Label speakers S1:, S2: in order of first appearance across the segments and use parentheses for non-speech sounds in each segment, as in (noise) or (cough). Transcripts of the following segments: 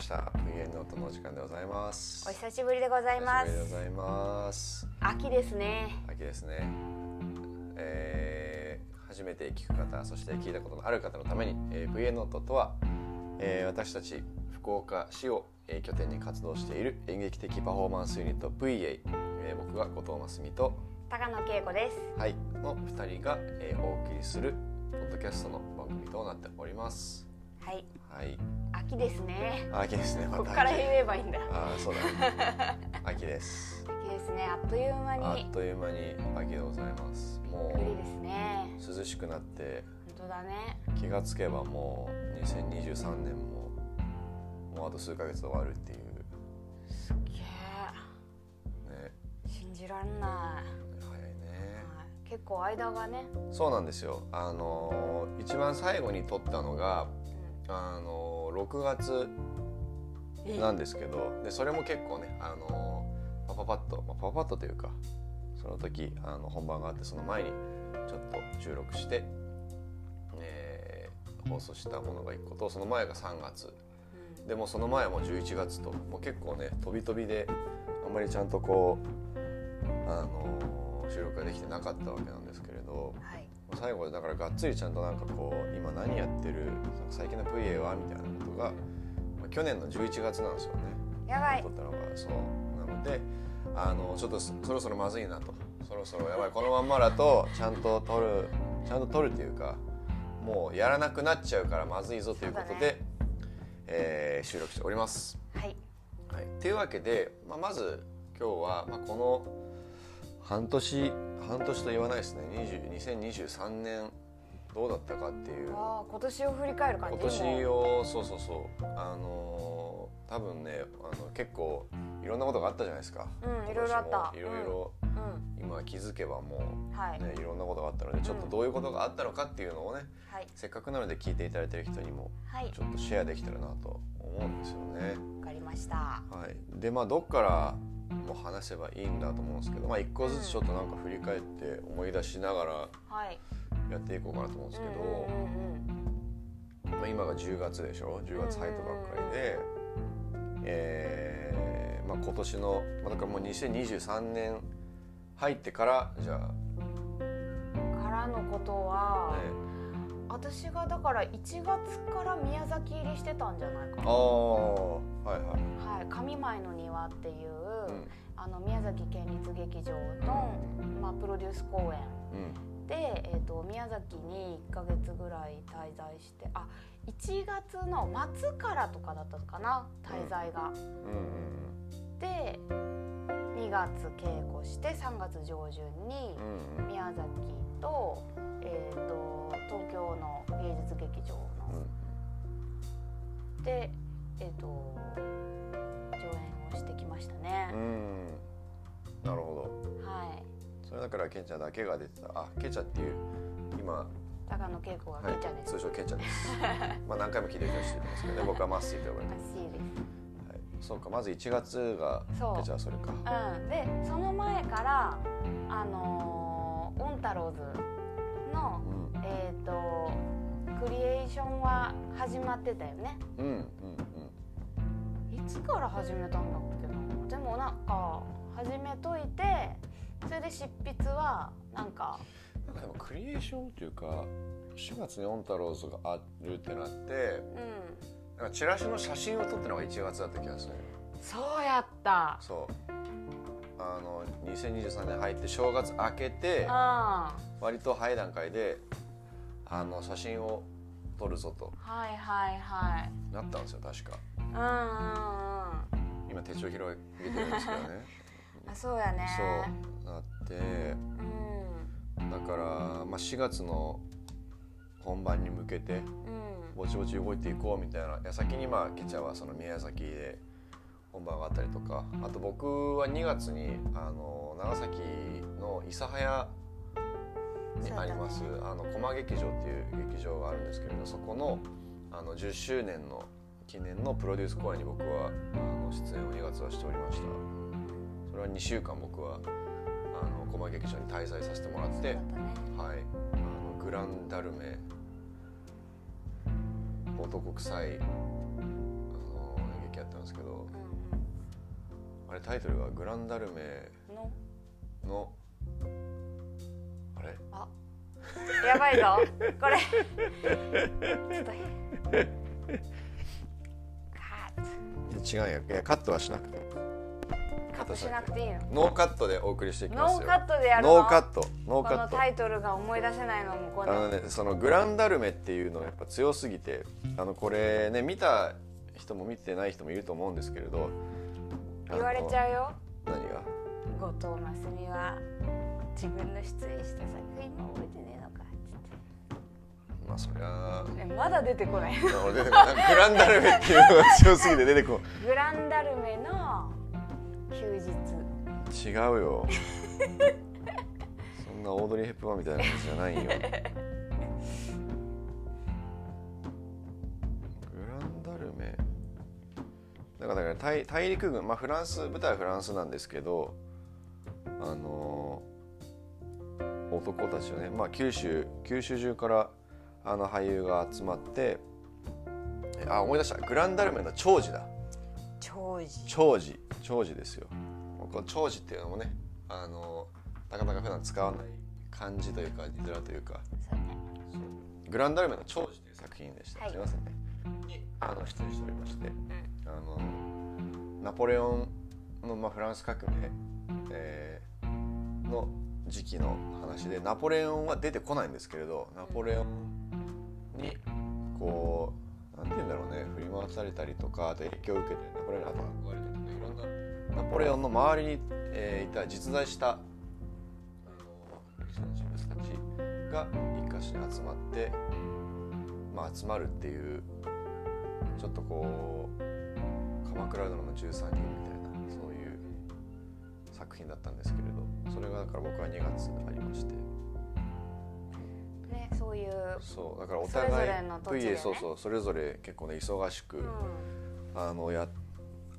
S1: した。無限ノートのお時間でございます。
S2: お久しぶりでございま
S1: お久しぶりでご
S2: す
S1: ざいます。
S2: 秋ですね
S1: 秋ですね。えー初めて聞く方、そして聞いたことのある方のために、えー、VA ノートとは、えー私たち福岡市を、えー拠点に活動している演劇的パフォーマンスユニット VA、えー僕が後藤真澄と
S2: 高野恵子です
S1: はいの2人が、えーお送りするポッドキャストの番組となっております。
S2: はい
S1: はい、
S2: 秋ですね
S1: 秋ですね。ま
S2: こ
S1: た
S2: っ
S1: 秋
S2: から言えばいいんだ
S1: あーそうだ、ね、秋です
S2: 秋ですねあっという間
S1: あ
S2: に
S1: っという間に秋でございますも
S2: ゆっくりですね
S1: う涼しくなって
S2: 本当だね
S1: 気がつけばもう2023年ももうあと数ヶ月で終わるっていう
S2: いや
S1: ね
S2: ー信じらんな
S1: 早い
S2: い、
S1: ね
S2: はい、結構間がね、
S1: そうなんですよあのー一番最後に撮ったのが
S2: う
S1: あのー6月
S2: ん、
S1: なんですけどでそれも結構ねあのパパパッと、まあ、パパパッとというかその時あの本番があってその前にちょっと収録して、えー放送したものが1個とその前が3月
S2: うん
S1: でもうその前はもう11月ともう結構ね飛び飛びであんまりちゃんとこう、あの収録ができてなかったわけなんですけれど
S2: はい
S1: 最後だからがっつりちゃんとなんかこう今何やってる最近の VA はみたいなことが、まあ去年の11月なんですよね。
S2: やばい
S1: 撮ったのがそうなのであのちょっとそそろそろまずいなとそろそろやばいこのまんまだとちゃんと撮るちゃんと撮るというかもうやらなくなっちゃうからまずいぞということ
S2: そうだ
S1: で、えー収録しております。
S2: はい
S1: はい、というわけで、まあ、まず今日は、まあ、この半年半年と言わないですね20 2023年どうだったかっていう
S2: あー今年を振り返る感じ
S1: 今年をそうそうそうあのー多分ねあの結構いろんなことがあったじゃないですか
S2: うん
S1: 今年も
S2: いろいろあった
S1: いろいろ、
S2: う
S1: 今気づけばも
S2: んは
S1: う、
S2: い、
S1: ね、いろんなことがあったのでちょっとどういうことがあったのかっていうのをね
S2: はい
S1: せっかくなので聞いていただいてる人にも
S2: はい
S1: ちょっとシェアできたらなと思うんですよね。
S2: わかりました
S1: はい、でまあどっからも話せばいいんだと思うんですけど、まあ、一個ずつちょっとなんか振り返って思い出しながら
S2: はい
S1: やっていこうかなと思うんですけど。
S2: うんうんうんうん
S1: まあ、今が10月でしょ10月入ったばっかりで、えーまあ、今年の、まあ、だからもう2023年入ってからじゃあ、ね
S2: からのことは、私がだから1月から宮崎入りしてたんじゃないか
S1: ああ
S2: な、
S1: はいはい、
S2: はい、上前の庭っていう、
S1: うん
S2: あの宮崎県立劇場の、まあ、プロデュース公演
S1: うん
S2: で、えー、と宮崎に1ヶ月ぐらい滞在してあ1月の末からとかだったのかな滞在が。
S1: うんうん
S2: で2月稽古して3月上旬に
S1: うんうん
S2: 宮崎と,、えー、と東京の芸術劇場ので、えっと上演をしてきましたね
S1: う、んうんなるほ
S2: はい
S1: どそれだからケンちゃんだけが出てたあケンちゃんっていう今、
S2: 高野恵子が
S1: はい
S2: ケチャです、
S1: 通称ケンちゃんです
S2: (laughs)
S1: まあ何回も聞いてる人は知ってますけどね僕はマッシーと呼ばれて
S2: らしいで
S1: る、はい、そうかまず1月が
S2: すそう
S1: ケンちゃんはそれか
S2: うん、でその前からあのー、オンタローズの
S1: うん
S2: えっ、とクリエーションは始まってたよね
S1: うんうんうん
S2: いつから始めたんだっけなでもなんか始めといてそれで執筆はなんか
S1: なんかでもクリエーションっていうか4月にオンタローズがあるってなって
S2: うん
S1: なんかチラシの写真を撮ったのが1月だった気がする
S2: そうやった
S1: そうあの2023年入って正月明けて
S2: あ
S1: 割と早い段階であの写真を撮るぞと
S2: あはいはいはい
S1: なったんですよ確か
S2: うんうんうんあ
S1: 今手帳広げてるんですけどね
S2: そうやね
S1: そうなって
S2: うん
S1: だから、まあ、4月の本番に向けて
S2: うん
S1: ぼちぼち動いていこうみたいな矢先にまあケチャはその宮崎で本番があったりとかあと僕は2月にあの長崎の諫早にあります、
S2: そうだ
S1: あの駒劇場っていう劇場があるんですけれどそこのあの10周年の記念のプロデュース公演に僕はあの出演を2月はしておりましたそれは2週間僕はあの駒劇場に滞在させてもらって
S2: そうだったね
S1: はい、あのグランダルメ元国際あの演劇やっったんですけど
S2: うん
S1: あれタイトルが「グランダルメ
S2: うんの
S1: の」あれ
S2: やばいぞこれちょっとカッ
S1: いや違うんやいやカットはしなくて
S2: トカットしなくていいの
S1: ノーカットでお送りしていきますよ
S2: ノーカットでやるの
S1: ノーカットノー
S2: こ
S1: カ
S2: の
S1: ット
S2: タイトルが思い出せないのもこ
S1: あの
S2: の
S1: ねそのグランダルメっていうのがやっぱ強すぎてあのこれね見た人も見てない人もいると思うんですけれど
S2: 言われち
S1: う
S2: ゃうよ
S1: 何が
S2: 後藤真澄は自分の出演した作品も覚えてねえのかっ
S1: まあそりゃあ
S2: つってえまだ出てこない
S1: 俺出てこないグランダルメっていうのが強すぎて出てこ
S2: グランダルメの休日
S1: 違うよそんなオードリー・ヘップバーンみたいなやつじゃないよグランダルメだからだから大大陸軍、まあ、フランス舞台はフランスなんですけどあのー男たちをね、まあ、九州九州中からあの俳優が集まってえあ思い出したグランダルメの長寿だ
S2: 長寿
S1: 長寿長寿ですよこう長寿っていうのもねあのなかなか普段使わない漢字というか字面というか
S2: そうね
S1: グランダルメの長寿という作品でした、
S2: はい
S1: すいませんねにあの出演しておりまして、あのナポレオンの、まあ、フランス革命、えーの時期の話でナポレオンは出てこないんですけれどナポレオンにこうなんて言うんだろうね振り回されたりとかあと影響を受けてナポレオンに憧れてとかいろんなナポレオンの周りに、えーいた実在したあの歴史の人物たちが一箇所に集まって、まあ、集まるっていうちょっとこう「鎌倉殿の13人」みたいなそういう作品だったんですけれどそれがだから僕は2月ありまして
S2: ねそういう
S1: そうだからお
S2: それ
S1: 互い
S2: ぞれの土地でね
S1: VA そうそうそれぞれ結構ね忙しく、
S2: うん
S1: あのや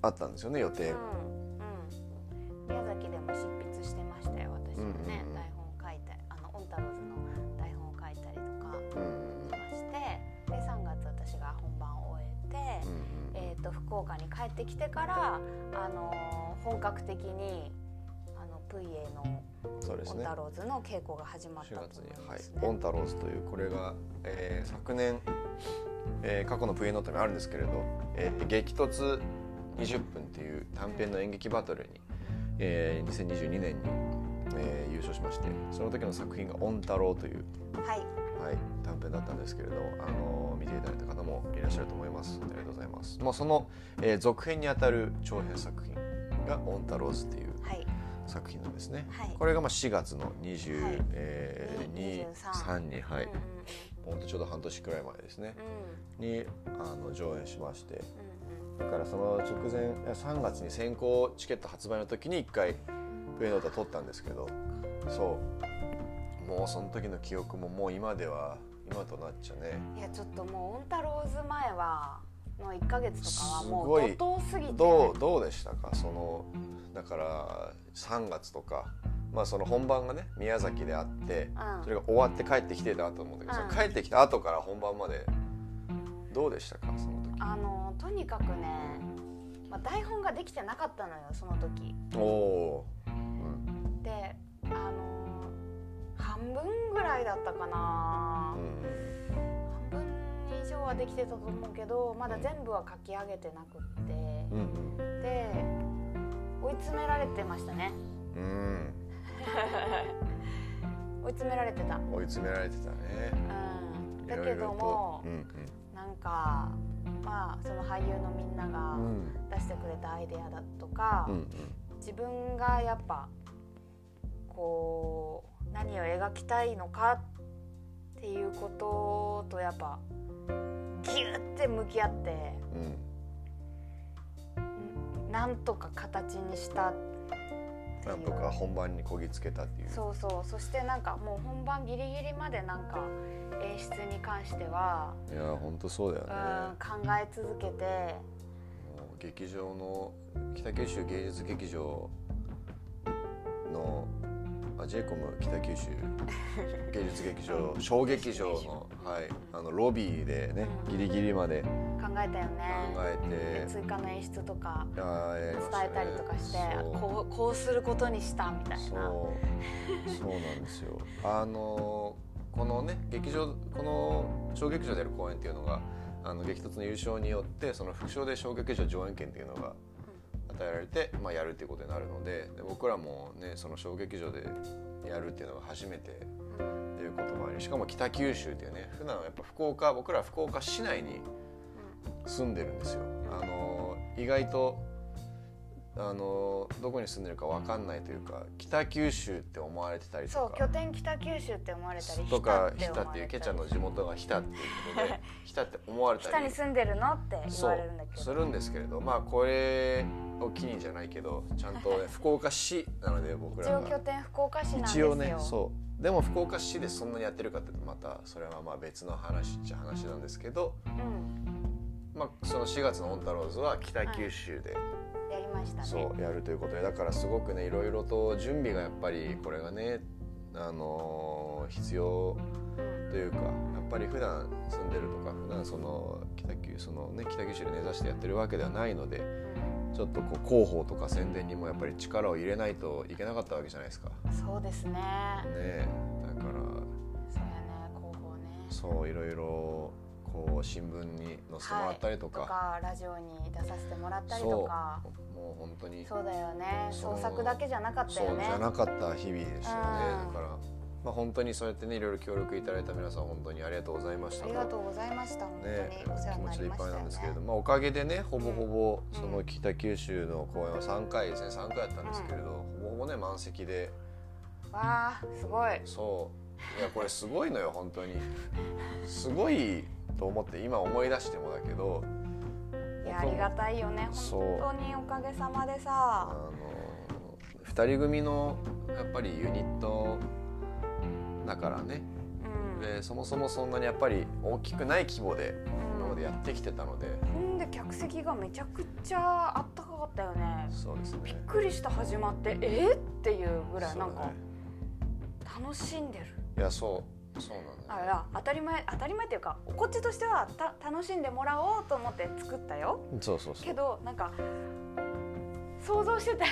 S1: あったんですよね予定
S2: う
S1: が。
S2: んうん宮崎でも執筆してましたよ私もね、
S1: うんうんうん
S2: 台本書いたあのオンタローズの台本を書いたりとか
S1: うん
S2: しましてで3月私が本番を終えて、
S1: うん
S2: えー、と福岡に帰ってきてから、あのー本格的にあのプイエの
S1: うんそうで
S2: オ
S1: す
S2: ン
S1: ね
S2: タローズの稽古が始まった
S1: 4
S2: と
S1: 月に、
S2: 思い
S1: は
S2: ま
S1: い
S2: す、
S1: オ
S2: ね
S1: ン。タローズというこれが、えー昨年、えー過去の V ノートにあるんですけれど「えー激突20分」っていう短編の演劇バトルに、えー2022年に、えー優勝しましてその時の作品が「オンタロー」という、
S2: はい、
S1: はい、短編だったんですけれど、あのー見ていただいた方もいらっしゃると思いますありがとうございます、まあ、その、えー続編にあたる長編作品が「オンタローズ」っていう
S2: はい、
S1: 作品なんですね、
S2: はい
S1: これがまあ4月の
S2: はい
S1: 22、えー23
S2: 23
S1: に、はい
S2: うん
S1: ほんとちょうど半年くらい前ですね
S2: うん、
S1: にあの上演しまして
S2: うん
S1: だからその直前いや3月に先行チケット発売の時に1回プレノート取ったんですけどそうもうその時の記憶ももう今では今となっちゃね
S2: うんうんいやちょっともうオンタローズ前はの1か月とかはも
S1: す
S2: う
S1: ごい
S2: 怒涛すぎて、
S1: どうどうでしたかそのだから3月とか、まあ、その本番がね宮崎であって
S2: うん
S1: それが終わって帰ってきてたと思うんだけど、
S2: うん
S1: その帰ってきた後から本番までどうでしたかその時
S2: あのとにかくね、まあ、台本ができてなかったのよその時。
S1: おおー、
S2: であの半分ぐらいだったかな
S1: うん、うん
S2: 半分以上はできてたと思うけどまだ全部は書き上げてなくって、
S1: うん
S2: で追い詰められてましたね
S1: うん
S2: 追い詰められてた、う
S1: 追い詰められてたね
S2: ん、
S1: い
S2: だ
S1: ろ
S2: け
S1: い
S2: ど
S1: ろ
S2: も
S1: と、うん
S2: なんかまあその俳優のみんなが
S1: うん
S2: 出してくれたアイデアだとか、
S1: うんうん
S2: 自分がやっぱこう何を描きたいのかっていうこととやっぱギュッて向き合って
S1: うん
S2: んなんとか形にしたってい
S1: な
S2: うん
S1: とか本番にこぎつけたっていう
S2: そうそうそしてなんかもう本番ギリギリまでなんか演出に関しては、
S1: いや本当そうだよ
S2: うん
S1: ね、
S2: 考え続けて
S1: もう劇場の北九州芸術劇場のあ j イコム北九州
S2: (laughs)
S1: 芸術劇場小劇場の,、はい、あのロビーでねギリギリまで
S2: 考えたよね
S1: 考えて
S2: 追加の演出とか
S1: あーやり
S2: 伝
S1: ましたね
S2: えたりとかして、
S1: そう
S2: こうこうすることにしたみたいな
S1: そうそうなんですよあのこのね劇場この小劇場でやる公演っていうのがあの激突の優勝によってその副賞で小劇場上演権っていうのが与えられて、まあ、やるっていうことになるのでで僕らもねその小劇場でやるっていうのが初めてっていうこともありしかも北九州っていうね普段はやっぱ福岡僕らは福岡市内に住んでるんですよ。あの意外とあのどこに住んでるかわかんないというか北九州って思われてたりと
S2: そう
S1: か。
S2: 拠点北九州って思われたり
S1: とか日
S2: 日
S1: 田
S2: 田
S1: っていうケ
S2: け
S1: ちゃんの地元が日田っていうこと
S2: (laughs)
S1: で日田って思われた
S2: 北
S1: り
S2: に住んでるのって言
S1: そ
S2: わ
S1: う
S2: れるんだけ
S1: す
S2: ど
S1: るんですけれどまあこれを機にじゃないけどちゃんとね、
S2: (laughs)
S1: 福岡市なので僕
S2: 一
S1: ら
S2: 応拠
S1: が
S2: 点福岡市なんです
S1: 一
S2: よ
S1: 応ねそうでも福岡市でそんなにやってるかってまたそれはまあ別の話っちゃ話なんですけど、
S2: うん
S1: まあ、その4月の「オンタローズ」は北九州で、
S2: やりましたね
S1: そうやるということでだからすごくねいろいろと準備がやっぱりこれがね、あのー必要というかやっぱり普段住んでるとか普段その北九その、ね、北九州で根ざしてやってるわけではないのでちょっとこう広報とか宣伝にもやっぱり力を入れないといけなかったわけじゃないですか。ね
S2: うんそうですね
S1: えだから
S2: そうやね広報ね
S1: そういろいろこう新聞に載せてもらったりとか,、
S2: はいとかラジオに出させてもらったりとか
S1: そうもう本当に
S2: そうだよね
S1: その
S2: 創作だけじゃなかった
S1: そう
S2: よね
S1: じゃなかった日々でしたよね、
S2: うん
S1: だから、まあ、本当にそうやってねいろいろ協力いただいた皆さん本当にありがとうございました
S2: ありがとうございました本当
S1: ね
S2: にお世話
S1: 気
S2: に
S1: 持
S2: な
S1: ちでいっ
S2: りまし
S1: ぱいな
S2: た
S1: ん
S2: よね
S1: ですけれども、まあ、おかげでねほぼほぼ
S2: うん
S1: その北九州の公演は3回ですね3回だったんですけれど、ほぼほぼね満席で
S2: わあすごい
S1: そういやこれすごいのよ本当にすごいと思って今思い出してもだけど
S2: いやありがたいよね
S1: そう
S2: 本当におかげさまでさ
S1: あの2人組のやっぱりユニットだからね
S2: うん
S1: でそもそもそんなにやっぱり大きくない規模で今ま
S2: う
S1: でやってきてたので
S2: ん、ほんで客席がめちゃくちゃあったかかったよね
S1: そうですね
S2: びっくりした始まってえっっていうぐらいなん
S1: そう
S2: か
S1: ね
S2: 楽しんでる
S1: いやそうそうな
S2: あ
S1: んだ
S2: い
S1: よ
S2: や当たり前当たり前っていうかこっちとしてはた楽しんでもらおうと思って作ったよ
S1: そうそうそ
S2: け
S1: う
S2: どなんか想像してたよ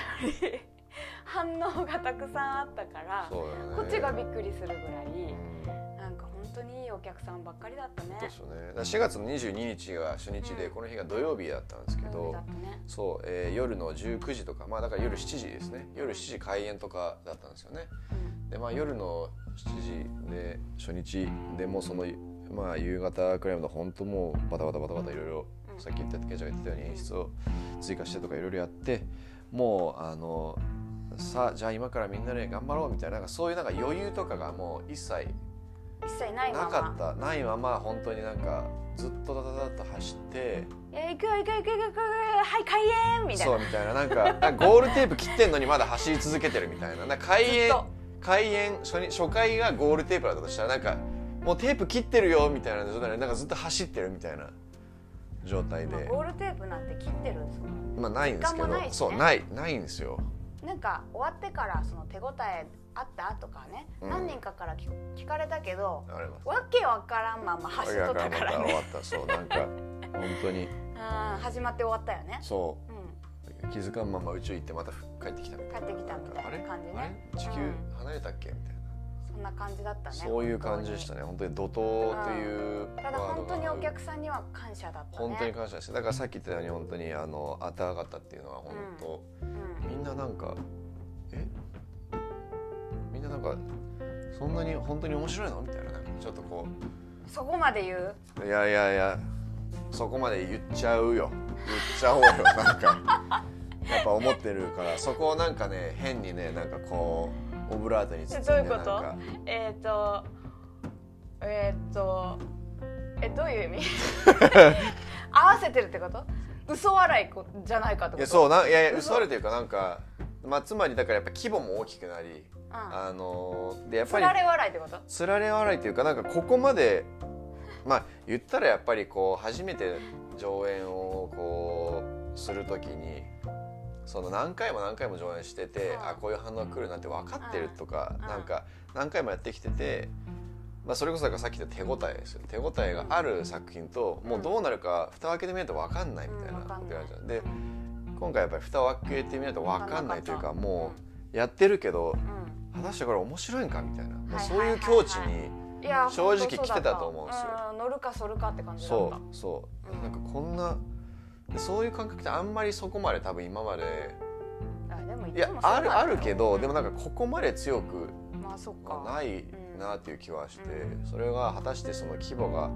S2: り (laughs) 反応がたくさんあったから
S1: そうだよね
S2: こっちがびっくりするぐら
S1: う
S2: い
S1: ん
S2: なんか本当にいいお客さんばっかりだったね
S1: ですよねだから4月の22日が初日で
S2: うん
S1: この日が土曜日だったんですけ
S2: そう
S1: ど
S2: だったね
S1: そう、えー夜の19時とかまあだから夜7時ですね夜7時開演とかだったんですよね
S2: うん
S1: でまあ夜の7時で初日でもうそのまあ夕方くらいまで本当もうバタバタバタバタいろいろ
S2: うん
S1: さっき言ったケイちゃんが言ってたように演出を追加してとかいろいろやってもうあのさあじゃあ今からみんなで頑張ろうみたいななんかそういうなんか余裕とかがもう一切
S2: 一切ないま
S1: な
S2: ま
S1: かったないまま本当になんかずっとダダダッと走って
S2: いや行くよ行くよ行くよ行くよ行くよはい開演みたい
S1: そ
S2: な
S1: うみたいななんかなんかゴールテープ切ってんのにまだ走り続けてるみたいななんか開
S2: ず
S1: 演
S2: っと
S1: 開演初日初回がゴールテープだったとしたらなんかもうテープ切ってるよみたいな状態でなんかずっと走ってるみたいな状態
S2: まあ
S1: で
S2: ゴールテープなんて切ってるんですもん
S1: まあないんですけど
S2: 時間もないしね
S1: そうないないんですよ
S2: なんか終わってからその手応えあったとかね、
S1: うん
S2: 何人かから聞聞かれたけど
S1: あります
S2: わけわからんまま走っとったか
S1: わけわ
S2: ら
S1: んない終
S2: ね
S1: わったそうなんか本当に
S2: うん始まって終わったよね、
S1: そうう気づかんまま宇宙行ってまた帰ってきたみたいな
S2: 帰ってきたみたいな
S1: なんか
S2: 感じね
S1: あれあれ地
S2: うん
S1: 球離れたっけみたいな。
S2: ん、そんな感じだったね
S1: そういう感じでした
S2: 本
S1: ね本当に怒涛という
S2: 当にただ
S1: ワード
S2: 本
S1: が
S2: 当にお客さんには感謝だったね
S1: 本当に感謝ですだからさっき言ったように本当にあのあたあがったっていうのは本当、
S2: うん
S1: みんななんかえみんななんかそんなに本当に面白いのみたいななんかちょっとこ
S2: そこまで言う
S1: ういやいやいやそこまで言っちゃうよ言っちゃおう
S2: (laughs)
S1: よなんかやっぱ思ってるからそこをなんかね変にねなんかこうオブラートに包んで
S2: どういうこと
S1: なんか
S2: えっ、とえっ、とえどういう
S1: (laughs)
S2: 意味合わせてるってこと嘘笑いこじゃないかってこと
S1: いやそう
S2: う、
S1: ないやいや
S2: 嘘
S1: 嘘あるというかなんか、まあ、つまりだからやっぱ規模も大きくなり、
S2: ん、
S1: あのーでやっぱ
S2: つ
S1: り
S2: られ笑いってこと
S1: つられ笑いというかなんかここまでまあ言ったらやっぱりこう初めて上演をこうするときにその何回も何回も上演してて、
S2: うん
S1: あこういう反応が来るなんて分かってるとか、
S2: うん
S1: なんか何回もやってきててまあ、それこそだからさっき言った手応えですよ手応えがある作品ともうどうなるか蓋を開けてみないと分かんないみたいな
S2: うん分かんない
S1: って感じなんで今回やっぱり蓋を開けてみないと分かんないというか
S2: うん
S1: もうやってるけど
S2: う
S1: 果たしてこれ面白いんかみたいなもう
S2: はい
S1: そ
S2: は
S1: う
S2: いはい
S1: い
S2: は
S1: う
S2: い
S1: 境地に
S2: ん、いや
S1: 正直
S2: 本当そうだ
S1: 来てたと思うんですよ
S2: ん乗るかそるかって感じだっ
S1: そ
S2: た
S1: うそう、
S2: うん
S1: なんかこんなそういう感覚ってあんまりそこまで多分今まで
S2: あでもい
S1: いや
S2: つもそう
S1: あ
S2: なんだ
S1: る
S2: よ
S1: あるけどでもなんかここまで強く
S2: まあそっか
S1: はないなっていう気はしてそれが果たしてその規模が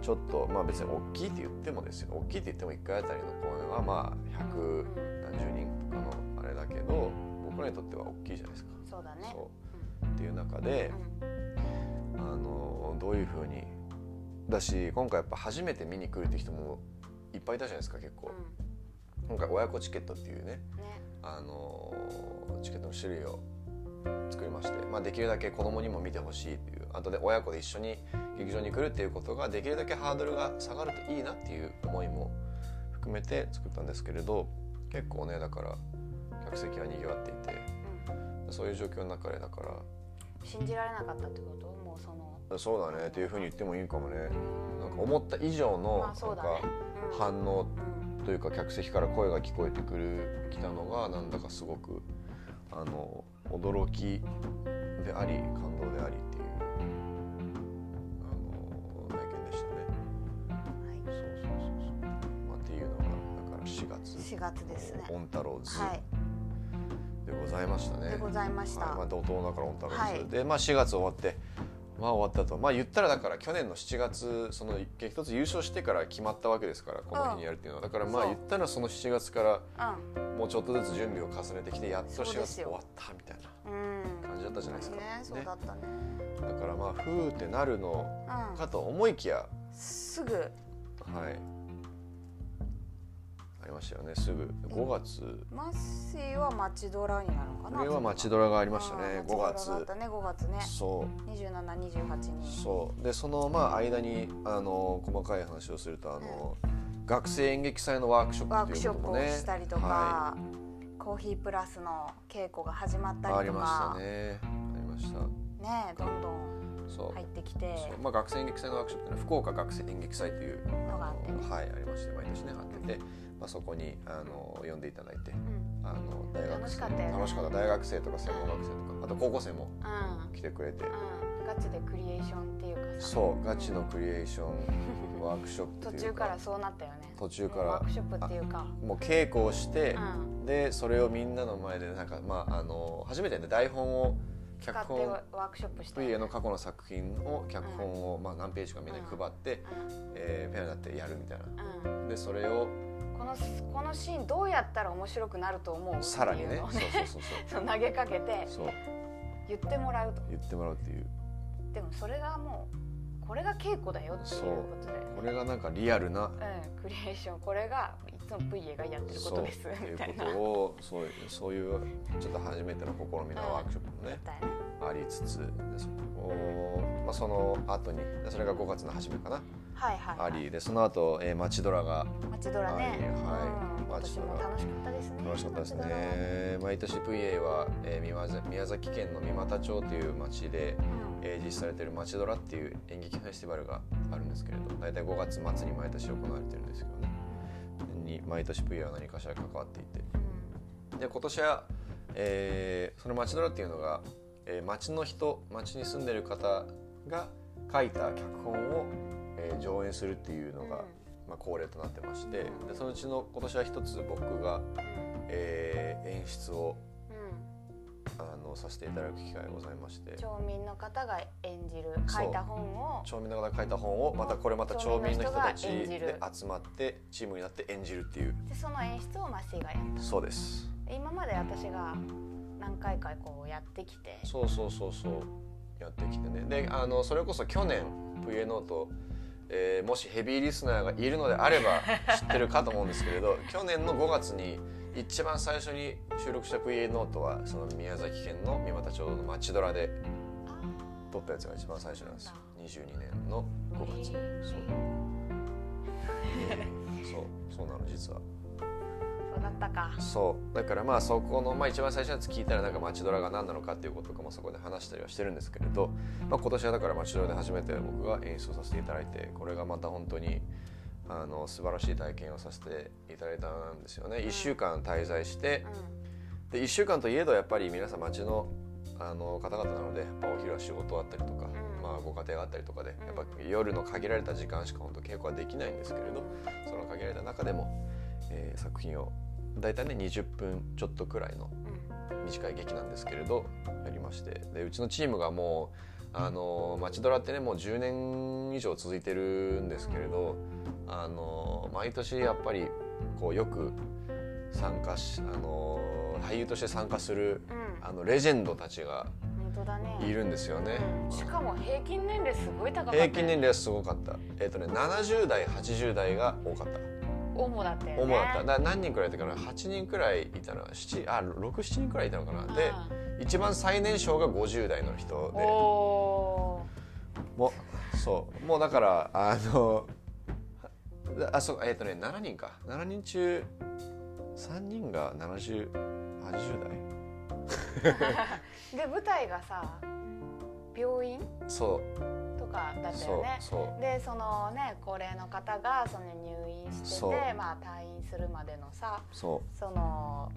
S1: ちょっとまあ別に大きいって言ってもですよ大きいって言っても1回あたりの公演はまあ
S2: うんう
S1: 百
S2: ん
S1: 何十人とかのあれだけど僕らにとっては大きいじゃないですか。
S2: そうだね
S1: そうっていう中で
S2: うん
S1: あのどういうふうにだし今回やっぱ初めて見に来るって人もいっぱいいたじゃないですか結構。今回親子チケットっていうね
S2: うんね
S1: あのーチケットの種類を作りまして、まあ、できるだけ子供にも見てほしいというあとで親子で一緒に劇場に来るっていうことができるだけハードルが下がるといいなっていう思いも含めて作ったんですけれど結構ねだから客席はにぎわっていて
S2: うん
S1: そういう状況の中でだか
S2: 信じられなかったってこともうその
S1: らそうだねっていうふうに言ってもいいかもねなんか思った以上の
S2: ま
S1: な
S2: あ
S1: ん
S2: そうだ
S1: か
S2: ねうん
S1: 反応
S2: うん
S1: というか客席から声が聞こえてくるきたのがなんだかすごくあの驚きであり感動でありっていうあの体験でしたね。
S2: はい
S1: そうそうそうそう。まあ、っていうのがだから4月
S2: 4月ですね
S1: オンタローズ
S2: はい
S1: でございましたね。
S2: でございました
S1: はいまあ、怒涛だからオンタローズ、
S2: はい
S1: でまあ4月終わって。まあ終わったとまあ言ったらだから去年の7月その激突優勝してから決まったわけですからこの日にやるっていうのは、だからまあ
S2: そう
S1: 言ったらその7月から
S2: う
S1: もうちょっとずつ準備を重ねてきてやっと
S2: そう
S1: 4
S2: で
S1: 月
S2: す
S1: 終
S2: よ
S1: わったみたいなん
S2: うん
S1: 感じだったじゃないですか、
S2: ねそうだったね
S1: だからまあふーってなるの
S2: う
S1: かと思いきや
S2: んすぐ
S1: はいありましたよねすぐ5月
S2: マッシーは町ドラになるのかな
S1: これは街ドラがあり
S2: り
S1: ましたね5月
S2: だったね5月ね
S1: そ
S2: 2728
S1: う
S2: に
S1: そうでそのまあ間にあの細かい話をするとあの、学生演劇祭のワークショッ
S2: ワ
S1: プっ
S2: ーク
S1: てい
S2: シ
S1: う
S2: ョ
S1: こと
S2: ップ
S1: も
S2: を
S1: ね
S2: したりと
S1: は
S2: か、コーヒープラスの稽古が始まっ
S1: い
S2: たりとか
S1: ありましたねありました
S2: ねどんどん
S1: そう
S2: 入ってきて
S1: そうまあ、学生演劇祭のワークショップっていうのは福岡学生演劇祭という
S2: のがあってね
S1: はいありまして毎年ねあってて、まあ、そこにあの呼んでいただいて
S2: うん
S1: あの大学生
S2: 楽しかったよね
S1: 楽しかった大学生とか専門学生とかあと高校生も
S2: うん
S1: 来てくれて、
S2: うんガチでクリエーションっていうかさ
S1: そうガチのクリエーションワークショップ
S2: (laughs) 途
S1: っていう
S2: 中
S1: か
S2: からそうなったよね
S1: 途中から
S2: ワークショップっていうか
S1: もう稽古をして
S2: う、ん
S1: でそれをみんなの前でなんか、まあ、あの初めてね台本を
S2: 使
S1: 脚
S2: って
S1: 本
S2: ワークショップした
S1: 福井へ
S2: よね
S1: の過去の作品を脚本を、まあ、何ページかみんなに配って、えーペアになってやるみたいな
S2: うんうん
S1: でそれを
S2: このこのシーンどうやったら面白くなると思う
S1: さらに
S2: って
S1: ね
S2: いうのを (laughs)
S1: そうそうそう
S2: そう投げかけて
S1: そうそう
S2: 言ってもらうと
S1: 言ってもらうっていう
S2: でもそれがもうこれが稽古だよっていうことで
S1: これがなんかリアルな
S2: うん、クリエーションこれがいつも VA がやってることです
S1: そうってい
S2: み
S1: う
S2: た
S1: こ
S2: いな。
S1: とをそういうそういうちょっと初めての試みのワークショップもね
S2: み、たいな
S1: ありつつでそこを、まあ、その後にでそれが5月の初めかな、
S2: はいはい、は
S1: あ
S2: い、
S1: りでその後、えー、町ドラが
S2: 街ドラね、
S1: ありはい
S2: うん、
S1: 街
S2: 私
S1: ドラ
S2: も楽しかったですね
S1: 楽しかったです
S2: 街ドラ
S1: ね毎年 VA は、えー宮崎宮崎県の三股町という町で、
S2: うん
S1: えー実施されている町ドラっていう演劇フェスティバルがあるんですけれど大体5月末に毎年行われてるんですけどねに毎年 VA は何かしら関わっていてで今年は、えーその町ドラっていうのが、えー町の人町に住んでる方が書いた脚本を、えー上演するっていうのが、まあ、恒例となってましてでそのうちの今年は一つ僕が、えー演出を
S2: うんうん
S1: あのさせていただく機会がございまして
S2: 町民の方が演じる書いた本を
S1: 町民の方が書いた本をまたこれまた町民の人たち
S2: 町民の人が演じる
S1: で集まってチームになって演じるっていう
S2: でその演出をマッシーがやっ
S1: そうです
S2: た今まで私が何回かこうやってきて
S1: そうそうそうそうやってきてねであのそれこそ去年 VA ノート、えーもしヘビーリスナーがいるのであれば知ってるかと思うんですけ (laughs) れど去年の5月に一番最初に収録した VA ノートはその宮崎県の三股町の町ドラで
S2: あ
S1: 撮ったやつが一番最初なんですよ22年の
S2: ー
S1: 5月そうそうなの実は
S2: そうそうだったか
S1: そうだからまあそこの、まあ、一番最初のやつ聞いたらなんか街ドラが何なのかっていうこととかもそこで話したりはしてるんですけれど、まあ、今年はだから街ドラで初めて僕が演出をさせていただいてこれがまた本当にあの素晴らしい体験をさせていただいたんですよね1週間滞在して
S2: う
S1: で1週間といえどやっぱり皆さん街のあの方々なのでやっぱお昼は仕事あったりとか、
S2: うん
S1: まあ、ご家庭があったりとかでやっぱ夜の限られた時間しか本当稽古はできないんですけれどその限られた中でも、えー作品を大体ね20分ちょっとくらいの
S2: んうん
S1: 短い劇なんですけれどやりましてでうちのチームがもうあの街ドラってねもう10年以上続いてるんですけれどあの毎年やっぱりこうよく参加しあの俳優として参加する
S2: うん
S1: あのレジェンドたちが
S2: 本当だね
S1: いるんですよね。
S2: うんしかも平均年齢すごい高かったよ
S1: 平均年齢はすごかった。えっ、とね、70代、80代が多かった。
S2: 主だったよね
S1: 主だった。だから何人くらいいたかな ?8 人くらいいたの。7、あ、6、7人くらいいたのかな。で、一番最年少が50代の人
S2: うん、
S1: で
S2: お
S1: もうそうもうだからあのあそうえっ、とね7人か7人中3人が7080代
S2: ーで舞台がさ病院
S1: そ
S2: とかだ
S1: う
S2: った
S1: そ
S2: よ
S1: う
S2: ね
S1: そう
S2: でそのね高齢の方がその入院して
S1: そう
S2: て、まあ、退院するまでのさ
S1: そ
S2: その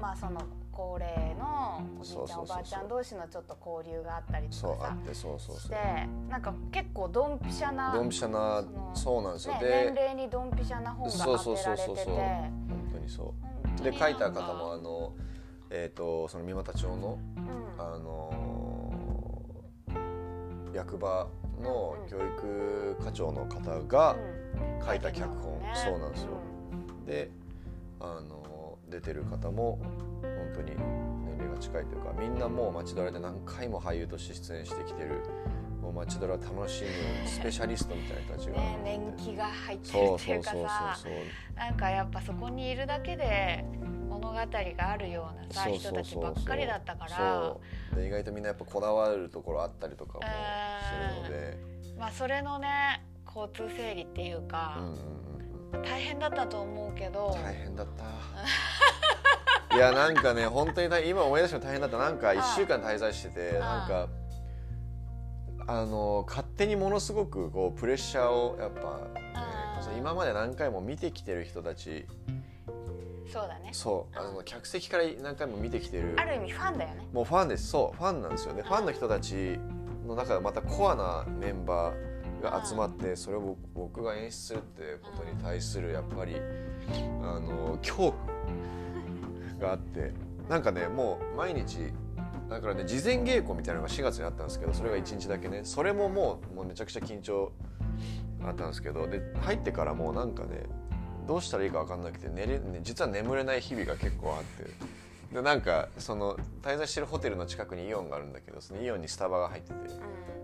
S2: まあその高齢のおじい
S1: そう
S2: ち
S1: そ
S2: ゃ
S1: うんそう
S2: おばあちゃん同士のちょっと交流があったり
S1: う
S2: と
S1: そうあ
S2: か
S1: ってそうそう
S2: さし
S1: そ
S2: て
S1: う
S2: なんか結構ドンピシャな
S1: ドンピシャな
S2: その
S1: そうなんですよ
S2: ね、年
S1: で
S2: 齢にドンピシャな本が
S1: そうそ
S2: 当
S1: う
S2: て
S1: そ
S2: ら
S1: う
S2: れ
S1: そう
S2: て
S1: そう
S2: て
S1: 本当にそうで書いた方もあのえっ、とその三股町の
S2: うん
S1: あのー役場の教育課長の方が
S2: うん
S1: 書いた脚本、
S2: ね
S1: そうなんですよ、で、あのー出てる方も本当に年齢が近いというかみんなもう街ドラで何回も俳優として出演してきてるもう街ドラ楽しむスペシャリストみたいな人たち
S2: うん
S1: が、
S2: ね年季が入ってる
S1: そう
S2: って
S1: そ
S2: いううか
S1: そうそう
S2: さ
S1: そう
S2: なんかやっぱそこにいるだけで物語があるようなさ
S1: そう
S2: 人
S1: そう
S2: たちば
S1: そう
S2: っかりだったから
S1: そうで意外とみんなやっぱこだわるところあったりとかもするので、
S2: まあそれのね交通整理っていう
S1: うんうん
S2: か、
S1: うんうん、
S2: 大変だったと思うけど、
S1: 大変だったいやなんかね本当に大今思い出しても大変だったなんか1週間滞在してて
S2: ん
S1: なんかあの勝手にものすごくこうプレッシャーをやっぱ、ね
S2: うん
S1: そう今まで何回も見てきてる人たち
S2: そうだね
S1: そうあの客席から何回も見てきてる
S2: ある意味ファンだよね
S1: もうファンですそうファンなんですよねファンの人たちの中でまたコアなメンバーが集まってそれを僕僕が演出するってことに対するやっぱりあの恐怖があってなんかねもう毎日だからね事前稽古みたいなのが4月にあったんですけどそれが1日だけねそれももうもうめちゃくちゃ緊張あったんですけどで入ってからもうなんかねどうしたらいいか分かんなくて寝れ、ね、実は眠れない日々が結構あってでなんかその滞在してるホテルの近くにイオンがあるんだけどそのイオンにスタバが入ってて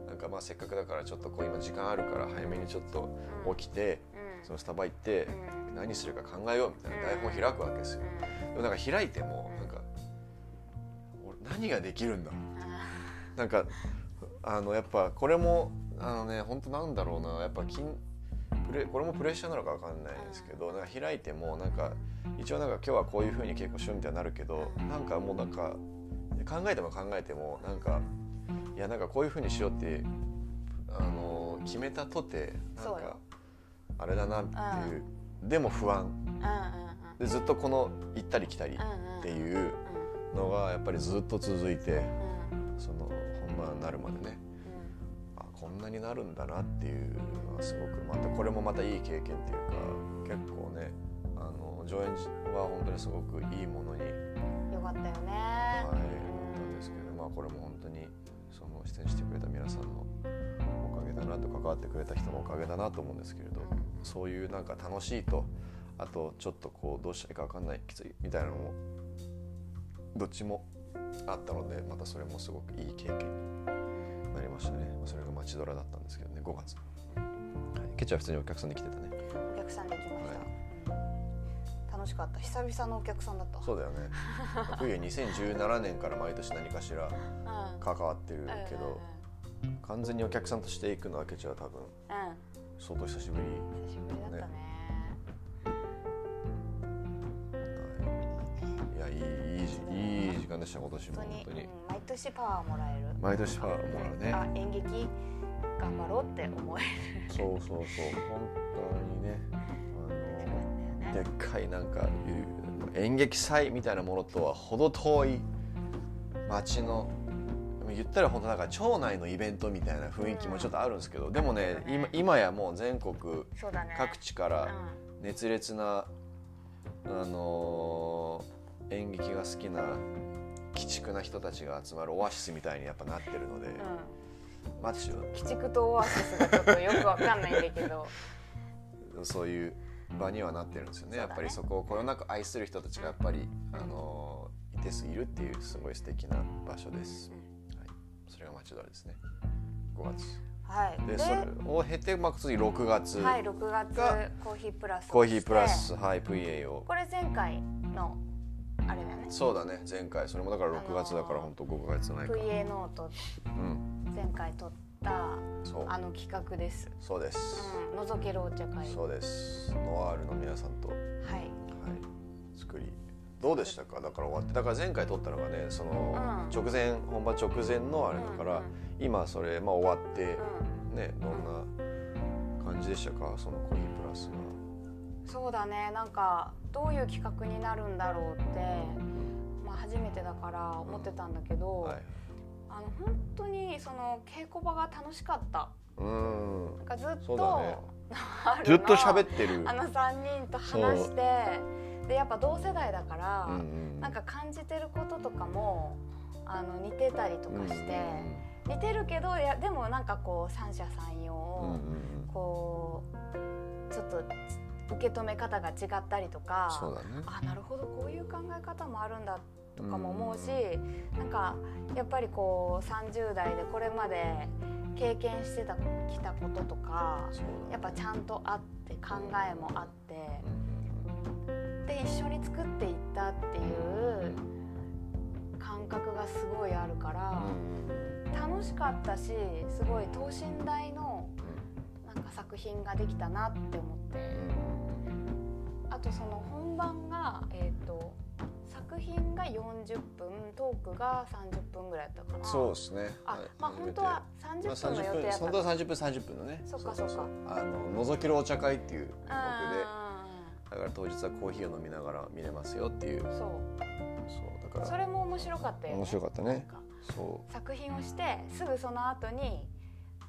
S1: なんかまあせっかくだからちょっとこう今時間あるから早めにちょっと起きてそのスタバ行って何するか考えようみたいな台本開くわけですよでもなんか開いてもなんか俺何ができるんだなんかあのやっぱこれもあのね本当なんだろうなやっぱ緊プレこれもプレッシャーなのかわかんないですけどなんか開いてもなんか一応なんか今日はこういう風に稽古しようみたいになるけどなんかもうなんか考えても考えてもなんかいやなんかこういう風にしようってあの決めたとてなん
S2: そう
S1: か
S2: よ
S1: あれだなっていうでも不安でずっとこの行ったり来たりっていうのがやっぱりずっと続いてその本番になるまでねあこんなになるんだなっていうのはすごくまたこれもまたいい経験っていうか結構ねあの上演は本当にすごくいいものに、はい、
S2: よかったよね、
S1: なったんですけど、まあ、これも本当にその出演してくれた皆さんのおかげだなと関わってくれた人のおかげだなと思うんですけれどそういうなんか楽しいとあとちょっとこうどうしたらいいか分かんないきついみたいなのもどっちもあったのでまたそれもすごくいい経験になりましたねまあそれが街ドラだったんですけどね5月、はい、ケチは普通にお客さんで来てたね
S2: お客さんできました、楽しかった久々のお客さんだった
S1: そうだよね福井は2017年から毎年何かしら
S2: うん
S1: 関わってるけど完全にお客さんとして行くのはケチは多分
S2: うんうんうん
S1: 相当久しぶり
S2: 久しぶりだったね
S1: 間でした今年も
S2: 本
S1: 本
S2: 当に
S1: 当に
S2: うん毎年パワーもらえる
S1: 毎年パワーもらうね
S2: あ演劇頑張ろうって思え
S1: そうそうそう本当にね
S2: るんだ
S1: あ
S2: よ
S1: の
S2: ね
S1: でっかいなんかいう演劇祭みたいなものとは程遠い町の言ったら本当なんか町内のイベントみたいな雰囲気もちょっとあるんですけどでもね今今やもう全国
S2: そうだね
S1: 各地か
S2: う
S1: ら
S2: ん
S1: 熱烈な、あのー演劇が好きな鬼畜な人たちが集まるオアシスみたいにやっぱなってるので、
S2: うん
S1: マッチは
S3: 鬼畜とオアシスがちょっとよくわかんないんだけ
S1: (laughs)
S3: ど
S1: そういう場にはなってるんですよね
S2: そうだ
S1: や
S2: ね
S1: っぱりそこをこよなく愛する人たちがやっぱり、あのーいてすぎるっていうすごい素敵な場所です、はい、それがマチュドラですね5月
S2: はい
S1: でそれを経て、まあ、次6月、
S2: はい6
S1: が
S2: 月コーヒープラスをして
S1: コーヒープラスハイ VA を
S2: これ前回のあれだよね
S1: そうだね前回それもだから6月だから
S2: あの
S1: 本
S2: ー
S1: 当5ヶ月ないか
S2: VA ノート
S1: うん
S2: 前回撮った
S1: そう
S2: あの企画です、
S1: そうです、
S2: うん、覗けるお茶会
S1: そうですノワールの皆さんと、はい、
S2: はい
S1: 作りどうでしたかだから終わってだから前回撮ったのがねその
S2: うん
S1: 直前、本番直前のあれだから、
S2: うんうん
S1: 今それ、まあ、終わって
S2: う
S1: ねどんな感じでしたかそのコーヒープラスが
S2: ん、そうだねなんかどういう企画になるんだろうって、まあ、初めてだから思ってたんだけど、
S1: はい
S2: あの本当にその稽古場が楽しかった
S1: うーん
S2: なんかずっ
S1: そ
S2: と、
S1: うだね
S2: (laughs) ある
S1: ず
S2: の
S1: っと喋ってる
S2: あの3人と話してでやっぱ同世代だから、
S1: うんうん
S2: なんか感じてることとかもあの似てたりとかして、似てるけどいやでもなんかこう三者三様、
S1: うんうんうん
S2: こうちょっと受け止め方が違ったりとか
S1: そうだね
S2: あなるほどこういう考え方もあるんだとかも思うし、なんかやっぱりこう30代でこれまで経験してたきたこととか
S1: そうだね
S2: やっぱちゃんとあって考えもあってで一緒に作っていったっていう感覚がすごいあるから
S1: うんうんうん
S2: 楽しかったしすごい等身大のなんか作品ができたなって思ってあとその本番が、えー、と作品が40分トークが30分ぐらいだったかな
S1: そうですね
S2: あ
S1: い
S2: まあ本当は
S1: まあ
S2: 30分の
S1: 30
S2: 予
S1: 分
S2: 定だった
S1: 本当は30分30分のね
S2: そっかそっか
S1: うううあの覗けるお茶会っていう僕で
S2: う
S1: だから当日はコーヒーを飲みながら見れますよっていうん
S2: そう
S1: そうだから
S2: それも面白かったよね
S1: 面白かった
S2: なん
S1: ね
S2: か
S1: そう
S2: 作品をしてすぐその後に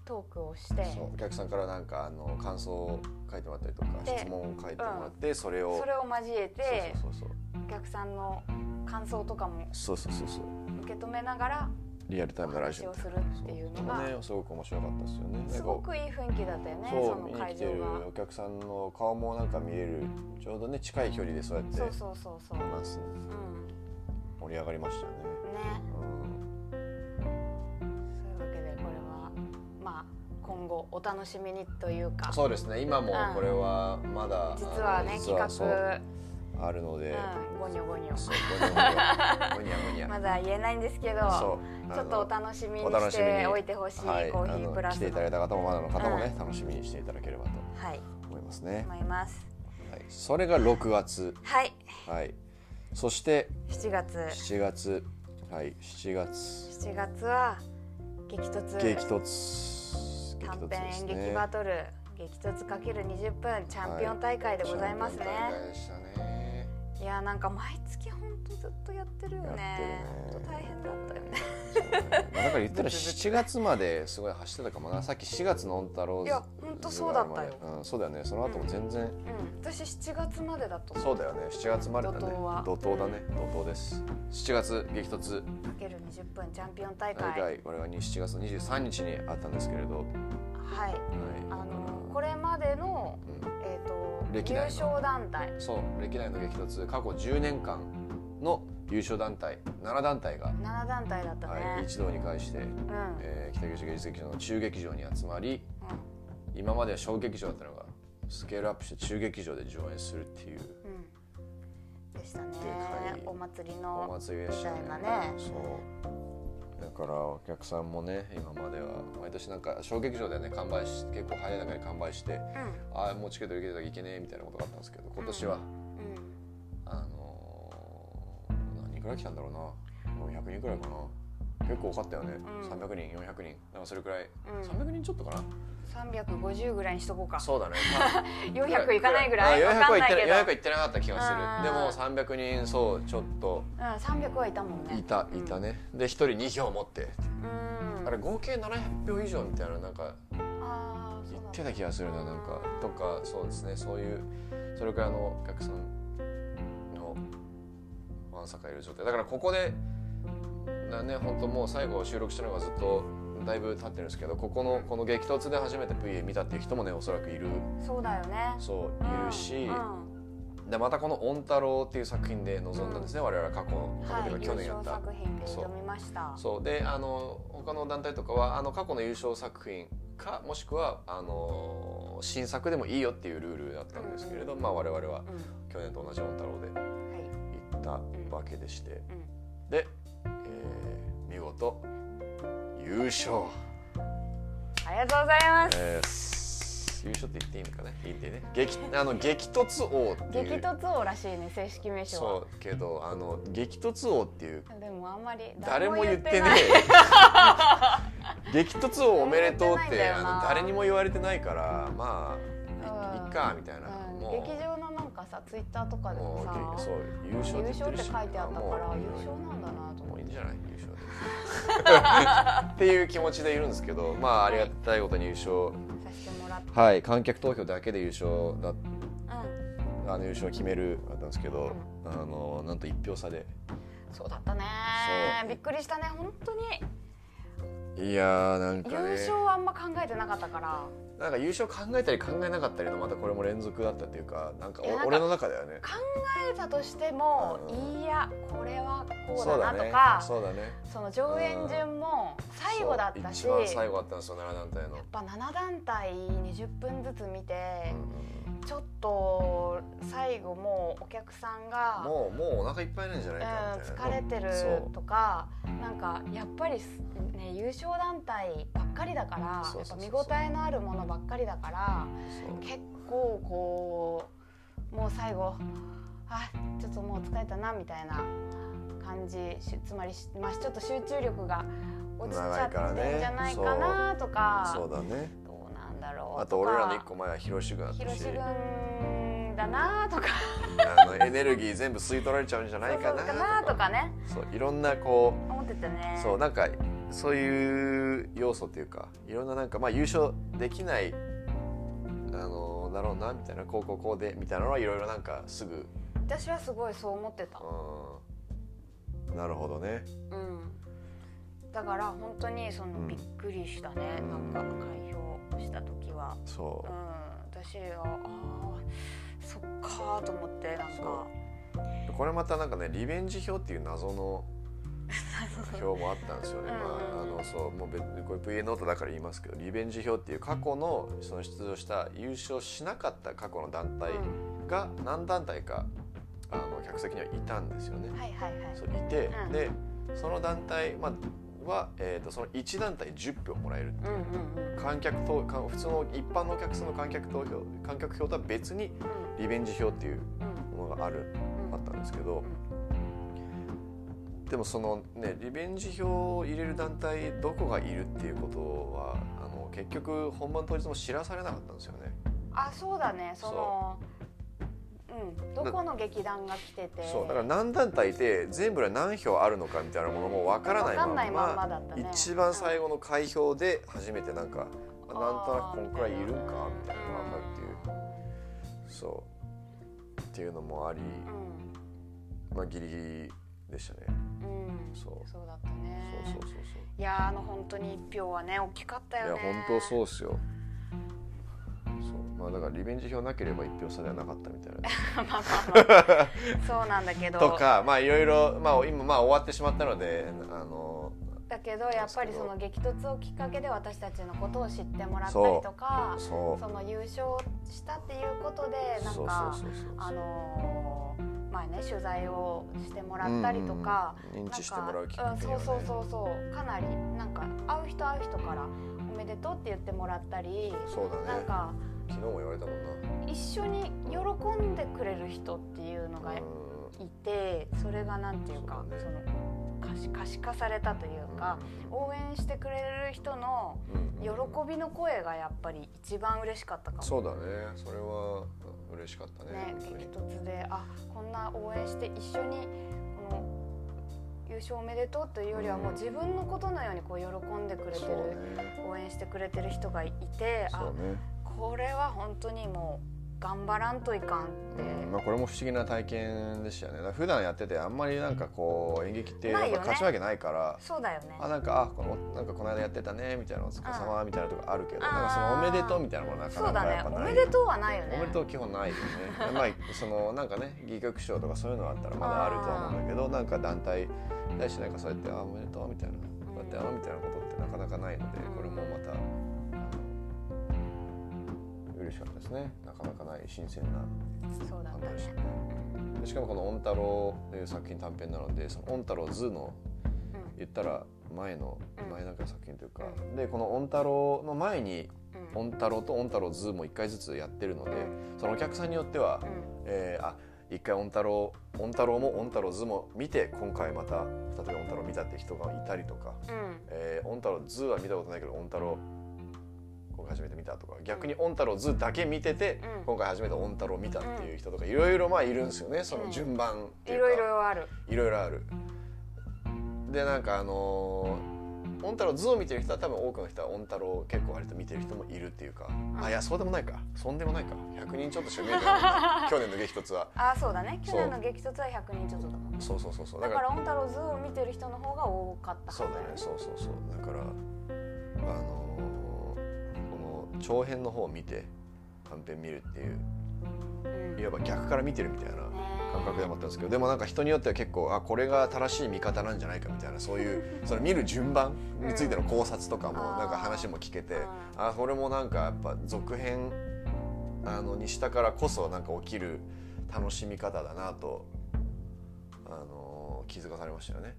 S2: トークをして
S1: そうお客さんからなんかあの感想を書いてもらったりとか
S2: で
S1: 質問を書いてもらってそれを
S2: それを交えて
S1: そうそう
S2: お客さんの感想とかも
S1: そうそうそうそうそうそう
S2: 受け止めながら
S1: リアルタイ
S2: お
S1: ムのラジ
S2: 話
S1: オ
S2: を
S1: みたい
S2: する
S1: な
S2: っていう
S1: そう
S2: の
S1: そ
S2: が
S1: れもねすごく面白かったですよねなんか
S2: すごくいい雰囲気だったよねそ
S1: そう
S2: の
S1: 見に
S2: 会
S1: 来て
S2: 場
S1: る
S2: が
S1: お客さんの顔もなんか見えるちょうどね近い距離でそうやって
S2: そうそうそうそう
S1: 話す
S2: うん
S1: 盛り上がりましたね
S2: ね
S1: うん
S2: そういうわけでこれはまあ今後お楽しみにというか
S1: そうですね今もこれはまだ
S2: 実は
S1: あ
S2: ね
S1: の実
S2: 企画
S1: そうあるので、
S2: うんゴニョゴニョ
S1: そうごにゃごにゃごにゃごにゃ
S2: (laughs) まだ言えないんですけど
S1: そう
S2: ちょっとお楽しみに
S1: お楽
S2: し
S1: しみに
S2: ておいてほしいコ
S1: はい
S2: ーヒープラ
S1: あの来
S2: ス
S1: てい
S2: の
S1: ただいた方もまだの方もね、
S2: う
S1: 楽しみにしていただければと
S2: はい
S1: 思いますね、
S2: 思います
S1: はい、それが6月
S2: はい
S1: はいそして
S2: 7月
S1: 7月はい7月
S2: 7月は激突
S1: 激突激突です
S2: 短編演
S1: ね
S2: 劇バトル激突かける20分チャンピオン大会でございます
S1: チャン
S2: ね、
S1: ピオン大会でしたね
S2: い、やなんか毎月ほんとずっとやってるよね
S1: やってるね
S2: ほんと大変だったよね
S1: そうねまあだから言っ
S2: (laughs)
S1: たら7月まですごい走ってたかもなさっき4月のオンタローズ
S2: いやほんとそうだったよ
S1: うん、そうだよねその後も全然、
S2: うん私7月までだと
S1: そうだよね7月までだね
S2: 怒涛は
S1: 怒涛だね怒涛です7月激突
S2: かける20分チャンピオン大会
S1: 大会これが7月23日にあったんですけれど、はい、
S2: はいあのこれまでの、えー、と
S1: 歴
S2: 優
S1: 代の
S2: 勝団体
S1: うん、そう歴代の激突過去10年間の優勝団体7団体が、
S2: 7団体だったね、
S1: はい、一堂に会して、
S2: うん、うん
S1: えー北九州芸術劇場の中劇場に集まり今までは小劇場だったのがスケールアップして中劇場で上演するっていう
S2: うん、でしたね
S1: かい
S2: お祭り
S1: お
S2: の
S1: 祭りでしたね
S2: みたいなね
S1: そうだからお客さんもね今までは毎年なんか小劇場でね完売し結構早い中に完売して
S2: うん
S1: ああもうチケット受けてたらいけねえみたいなことがあったんですけど今年は、
S2: うん
S1: あのー何人くらい来たんだろう400人くらいかな結構多かったよね、
S2: うん
S1: 300人400人なんかそれくらい、
S2: うん
S1: 300人ちょっとかな、
S2: 350ぐらいにしとこうか
S1: そうだね、
S2: 400いかないぐらい
S1: あ
S2: わ
S1: 400
S2: かん
S1: は行
S2: な
S1: っ
S2: い
S1: て
S2: け
S1: 400
S2: ど
S1: は行ってなかった気がする
S2: あー
S1: でも300人そうちょっと
S2: うん、300はいたもんね
S1: いたいたねで1人2票持って
S2: うん
S1: あれ合計700票以上みたいななんか
S2: あーそう
S1: 言っ
S2: だ
S1: てた気がするななんかとかそうですねそういうそれくらいのお客さんのわんさかいる状態だからここでだね本当もう最後収録したのがずっとだいぶ経ってるんですけどここのこの激突で初めて VA 見たっていう人もねおそらくいる
S2: そうだよね
S1: そうい
S2: うん
S1: るし、
S2: うん
S1: でまたこの「御太郎」っていう作品で臨んだんですね、我々は過去の過去と
S2: は
S1: いうか
S2: い優
S1: 去年やっ
S2: 勝
S1: た
S2: 作品で挑みました
S1: そうであの他の団体とかはあの過去の優勝作品かもしくはあの新作でもいいよっていうルールだったんですけれど、まあ我々は
S2: う
S1: 去年と同じ「御太郎」で
S2: んはい
S1: 行ったわけでして、
S2: う
S1: で、えー見事優勝
S2: んありがとうございます
S1: です優勝って言っていいのかね言ってね激あの激突王っていう
S2: 激突王らしいね正式名称は
S1: そうけどあの激突王っていう
S2: でもあんまり
S1: 誰も言ってね
S2: い
S1: (laughs) え激突をおめでとうって
S2: 誰も言ってないんだよ
S1: あ
S2: な
S1: の誰にも言われてないからまあい
S2: うん
S1: いっかみたいな、
S2: うん、
S1: もう
S2: 劇場のなんかさツイッターとかでも
S1: もう
S2: さ
S1: げそう優
S2: 優
S1: 勝って言って
S2: 勝っ
S1: る
S2: て
S1: し
S2: 書いてあったから
S1: もう
S2: 優勝なんだなと
S1: もう
S2: 思って
S1: いいんじゃない優勝で (laughs) っていう気持ちでいるんですけどまあありがたいことに優勝
S2: させてもらって
S1: はい観客投票だけで優勝だ
S2: うん
S1: あの優勝を決めるだったんですけどあのなんと1票差で
S2: そうだったね
S1: そう
S2: びっくりしたね本当に
S1: いやーなんか
S2: 優
S1: ね
S2: 勝はあんま考えてなかったから
S1: なんか優勝考えたり考えなかったりのまたこれも連続だったっていうかなんかお
S2: いやなんか
S1: 俺の中ではね
S2: 考えたとしても
S1: うん
S2: いいやこれはこうだなとかそ,、
S1: そうだねそうだね
S2: の上演順も最後だったし
S1: そう一番最
S2: やっ
S1: 後だったんですよ奈良団体の、
S2: ぱ7団体20分ずつ見て
S1: うんうん
S2: ちょっと最後もうお客さんが
S1: もうもうお腹いっぱいなんじゃないか
S2: うん
S1: みたいな
S2: 疲れて
S1: そ
S2: る
S1: う
S2: とかなんかやっぱりすね優勝団体ばっかりだからや
S1: そう
S2: っ
S1: そ
S2: ぱ
S1: うそう
S2: 見応えのあるものばっかりだから
S1: そう
S2: 結構こうもう最後あちょっともう疲れたなみたいな感じしつまりし、まあ、ちょっと集中力が落ちちゃってんじゃないかなとか
S1: そうだね
S2: どうなんだろう
S1: あと俺らの一個前は広志軍だった
S2: 広
S1: し
S2: 志軍だなとか
S1: あのエネルギー全部吸い取られちゃうんじゃないかな
S2: そうそうかなとかね
S1: そういろんなこう
S2: 思ってたね。
S1: そうなんかそういう要素っていうかいろんななんかまあ優勝できないあのだろうなみたいなこうこうこうでみたいなのはいろいろなんかすぐ
S2: 私はすごいそう思ってた、
S1: うんなるほどね
S2: うん、だから本当にその
S1: うん
S2: びっくりしたね、
S1: うん
S2: なんか開票した時は、
S1: そ
S2: うん、私はあーそっかーと思ってなんか
S1: そうんこれまたなんかねリベンジ票っていう謎の
S2: (laughs)
S1: 票もあったんですよね、
S2: うん
S1: まあ、あのそうもう別にこれ VA ノートだから言いますけどリベンジ票っていう過去のその出場した優勝しなかった過去の団体が何団体かあの客席にはいたんですよね
S2: うん、。はいはいはい
S1: そういて、
S2: うん
S1: でその団体、まあ、は、えー、とその1団体10票もらえる
S2: うんうんうん
S1: 観客投か普通の一般のお客さんの観客投票観客票とは別にリベンジ票っていう
S2: うん
S1: ものがある
S2: うん
S1: あったんですけど、でもそのねリベンジ票を入れる団体どこがいるっていうことはあの結局本番当日も知らされなかったんですよね。
S2: あそうだねそのうんどこの劇団が来てて
S1: そうだから何団体で全部で何票あるのかみたいなものもわからないま
S2: わかんないまんま
S1: ま
S2: だったね
S1: 一番最
S2: 後
S1: 後の開票で初めてなんかあなんとなくこんくらいいるんかみたいなのが分かるっていうそうっていうのもありまあギリギリでしたね
S2: うん、うん、
S1: そう
S2: そうだったね
S1: そうそうそうそう
S2: いやーあの本当に一票はね大きかった
S1: い
S2: よ
S1: や
S2: ね
S1: 本当そうっすよそうまあだからリベンジ票なければ一票差ではなかったみたいな
S2: まあ (laughs) まあま
S1: (laughs)
S2: あ (laughs) そうなんだけど
S1: とかまあいろいろまあ今まあ終わってしまったのであの
S2: だけどやっぱりその激突をきっかけで私たちのことを知ってもらったりとか
S1: そう
S2: その優勝したっていうことでな
S1: そ
S2: ん
S1: う
S2: か
S1: そうそうそう
S2: あのー前ね取材をしてもらったりとか、
S1: うんうんうん
S2: な
S1: 認
S2: んか
S1: 知してもらうきっかけには
S2: うん
S1: ね
S2: そうそうそうそうかなりなんか会う人会う人から「おめでとう」って言ってもらったり、
S1: そうだね
S2: なんか
S1: 昨日も言われたもんな
S2: 一緒に喜んでくれる人っていうのが
S1: うん
S2: いてそれがなんていうか
S1: そうだね
S2: その可視可視化されたというか、応援してくれる人の
S1: うん
S2: 喜びの声がやっぱり一番嬉しかったかも。
S1: そうだねそれは嬉しかったね
S2: ね、
S1: 本当
S2: 激
S1: に
S2: 突であこんな応援して一緒にこの優勝おめでとうというよりはもう自分のことのようにこう喜んでくれて
S1: そう
S2: る、
S1: ね
S2: 応援してくれてる人がいて
S1: そ
S2: あ
S1: うね
S2: これは本当にもう頑張らんといかんって、
S1: うんまあ、これも不思議な体験でしたよねだから普段やっててあんまりなんかこう演劇ってやっ
S2: ない
S1: ぱ
S2: よね
S1: 勝ち負けないから
S2: そうだよね
S1: あなんかあこのなんかこの間やってたねみたいなお疲れ様みたいなとこあるけど
S2: あー
S1: なんかそのおめでとうみたいなものはなか
S2: そう
S1: な
S2: だ
S1: かや
S2: ね
S1: っぱ
S2: お
S1: ない
S2: めでとうはないよね
S1: おめでとう基本
S2: (laughs)
S1: ないよねまあそのなんかね戯曲賞とかそういうのはあったらまだあるとは思うんだけどなんか団体に対してなんかそうやって「あおめでとう」みたいな「こうやってあみたいなことってなかなかないのでこれもまたあの嬉しかったですねなかなかない新鮮な
S2: そうだっ
S1: 反
S2: た
S1: 応でした
S2: ね
S1: ね。でしかもこの「御太郎」という作品短編なので「その御太郎図」の言ったら前の
S2: うん
S1: 前なんかの作品というか、
S2: う
S1: でこの「御太郎」の前に
S2: うん
S1: 「御太郎」と「御太郎図」も1回ずつやってるのでそのお客さんによっては
S2: うんうん
S1: えーあ一回御太郎御太郎も御太郎図も見て今回また例えば御太郎見たって人がいたりとか、
S2: うん
S1: えー、御太郎図は見たことないけど御太郎今回初めて見たとか逆に御太郎図だけ見てて、
S2: うん
S1: 今回初めて御太郎見たっていう人とかいろいろまあいるんですよねその順番って
S2: い
S1: いうか、
S2: ろいろある
S1: いろいろあるでなんかあのー御太郎図を見てる人は多分多くの人は御太郎を結構割と見てる人もいるっていうか、あいやそうでもないかそんでもないか100人ちょっとしか見えてない去年の激突は
S2: あそうだね去
S1: そう
S2: 年の激突は100人ちょっとだもんね
S1: そうそうそうそう
S2: だから「オンタロズ」を見てる人の方が多かったはず
S1: そうだねそうそうそうだからあのーこの長編の方を見て短編見るっていう
S2: うん
S1: いわば逆から見てるみたいな
S2: ね
S1: 感覚でもあったんですけどでもなんか人によっては結構あこれが正しい見方なんじゃないかみたいなそういうその見る順番についての考察とかも
S2: うん
S1: なんか話も聞けて
S2: う
S1: あこれもなんかやっぱ続編あのにしたからこそなんか起きる楽しみ方だなと、あの気づかされましたよね。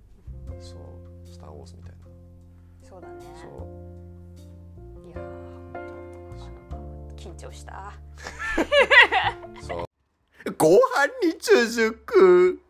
S1: そう「スター・ウォーズ」みたいな
S2: そうだね
S1: そう
S2: いやーあの緊張した
S1: そうご飯に続く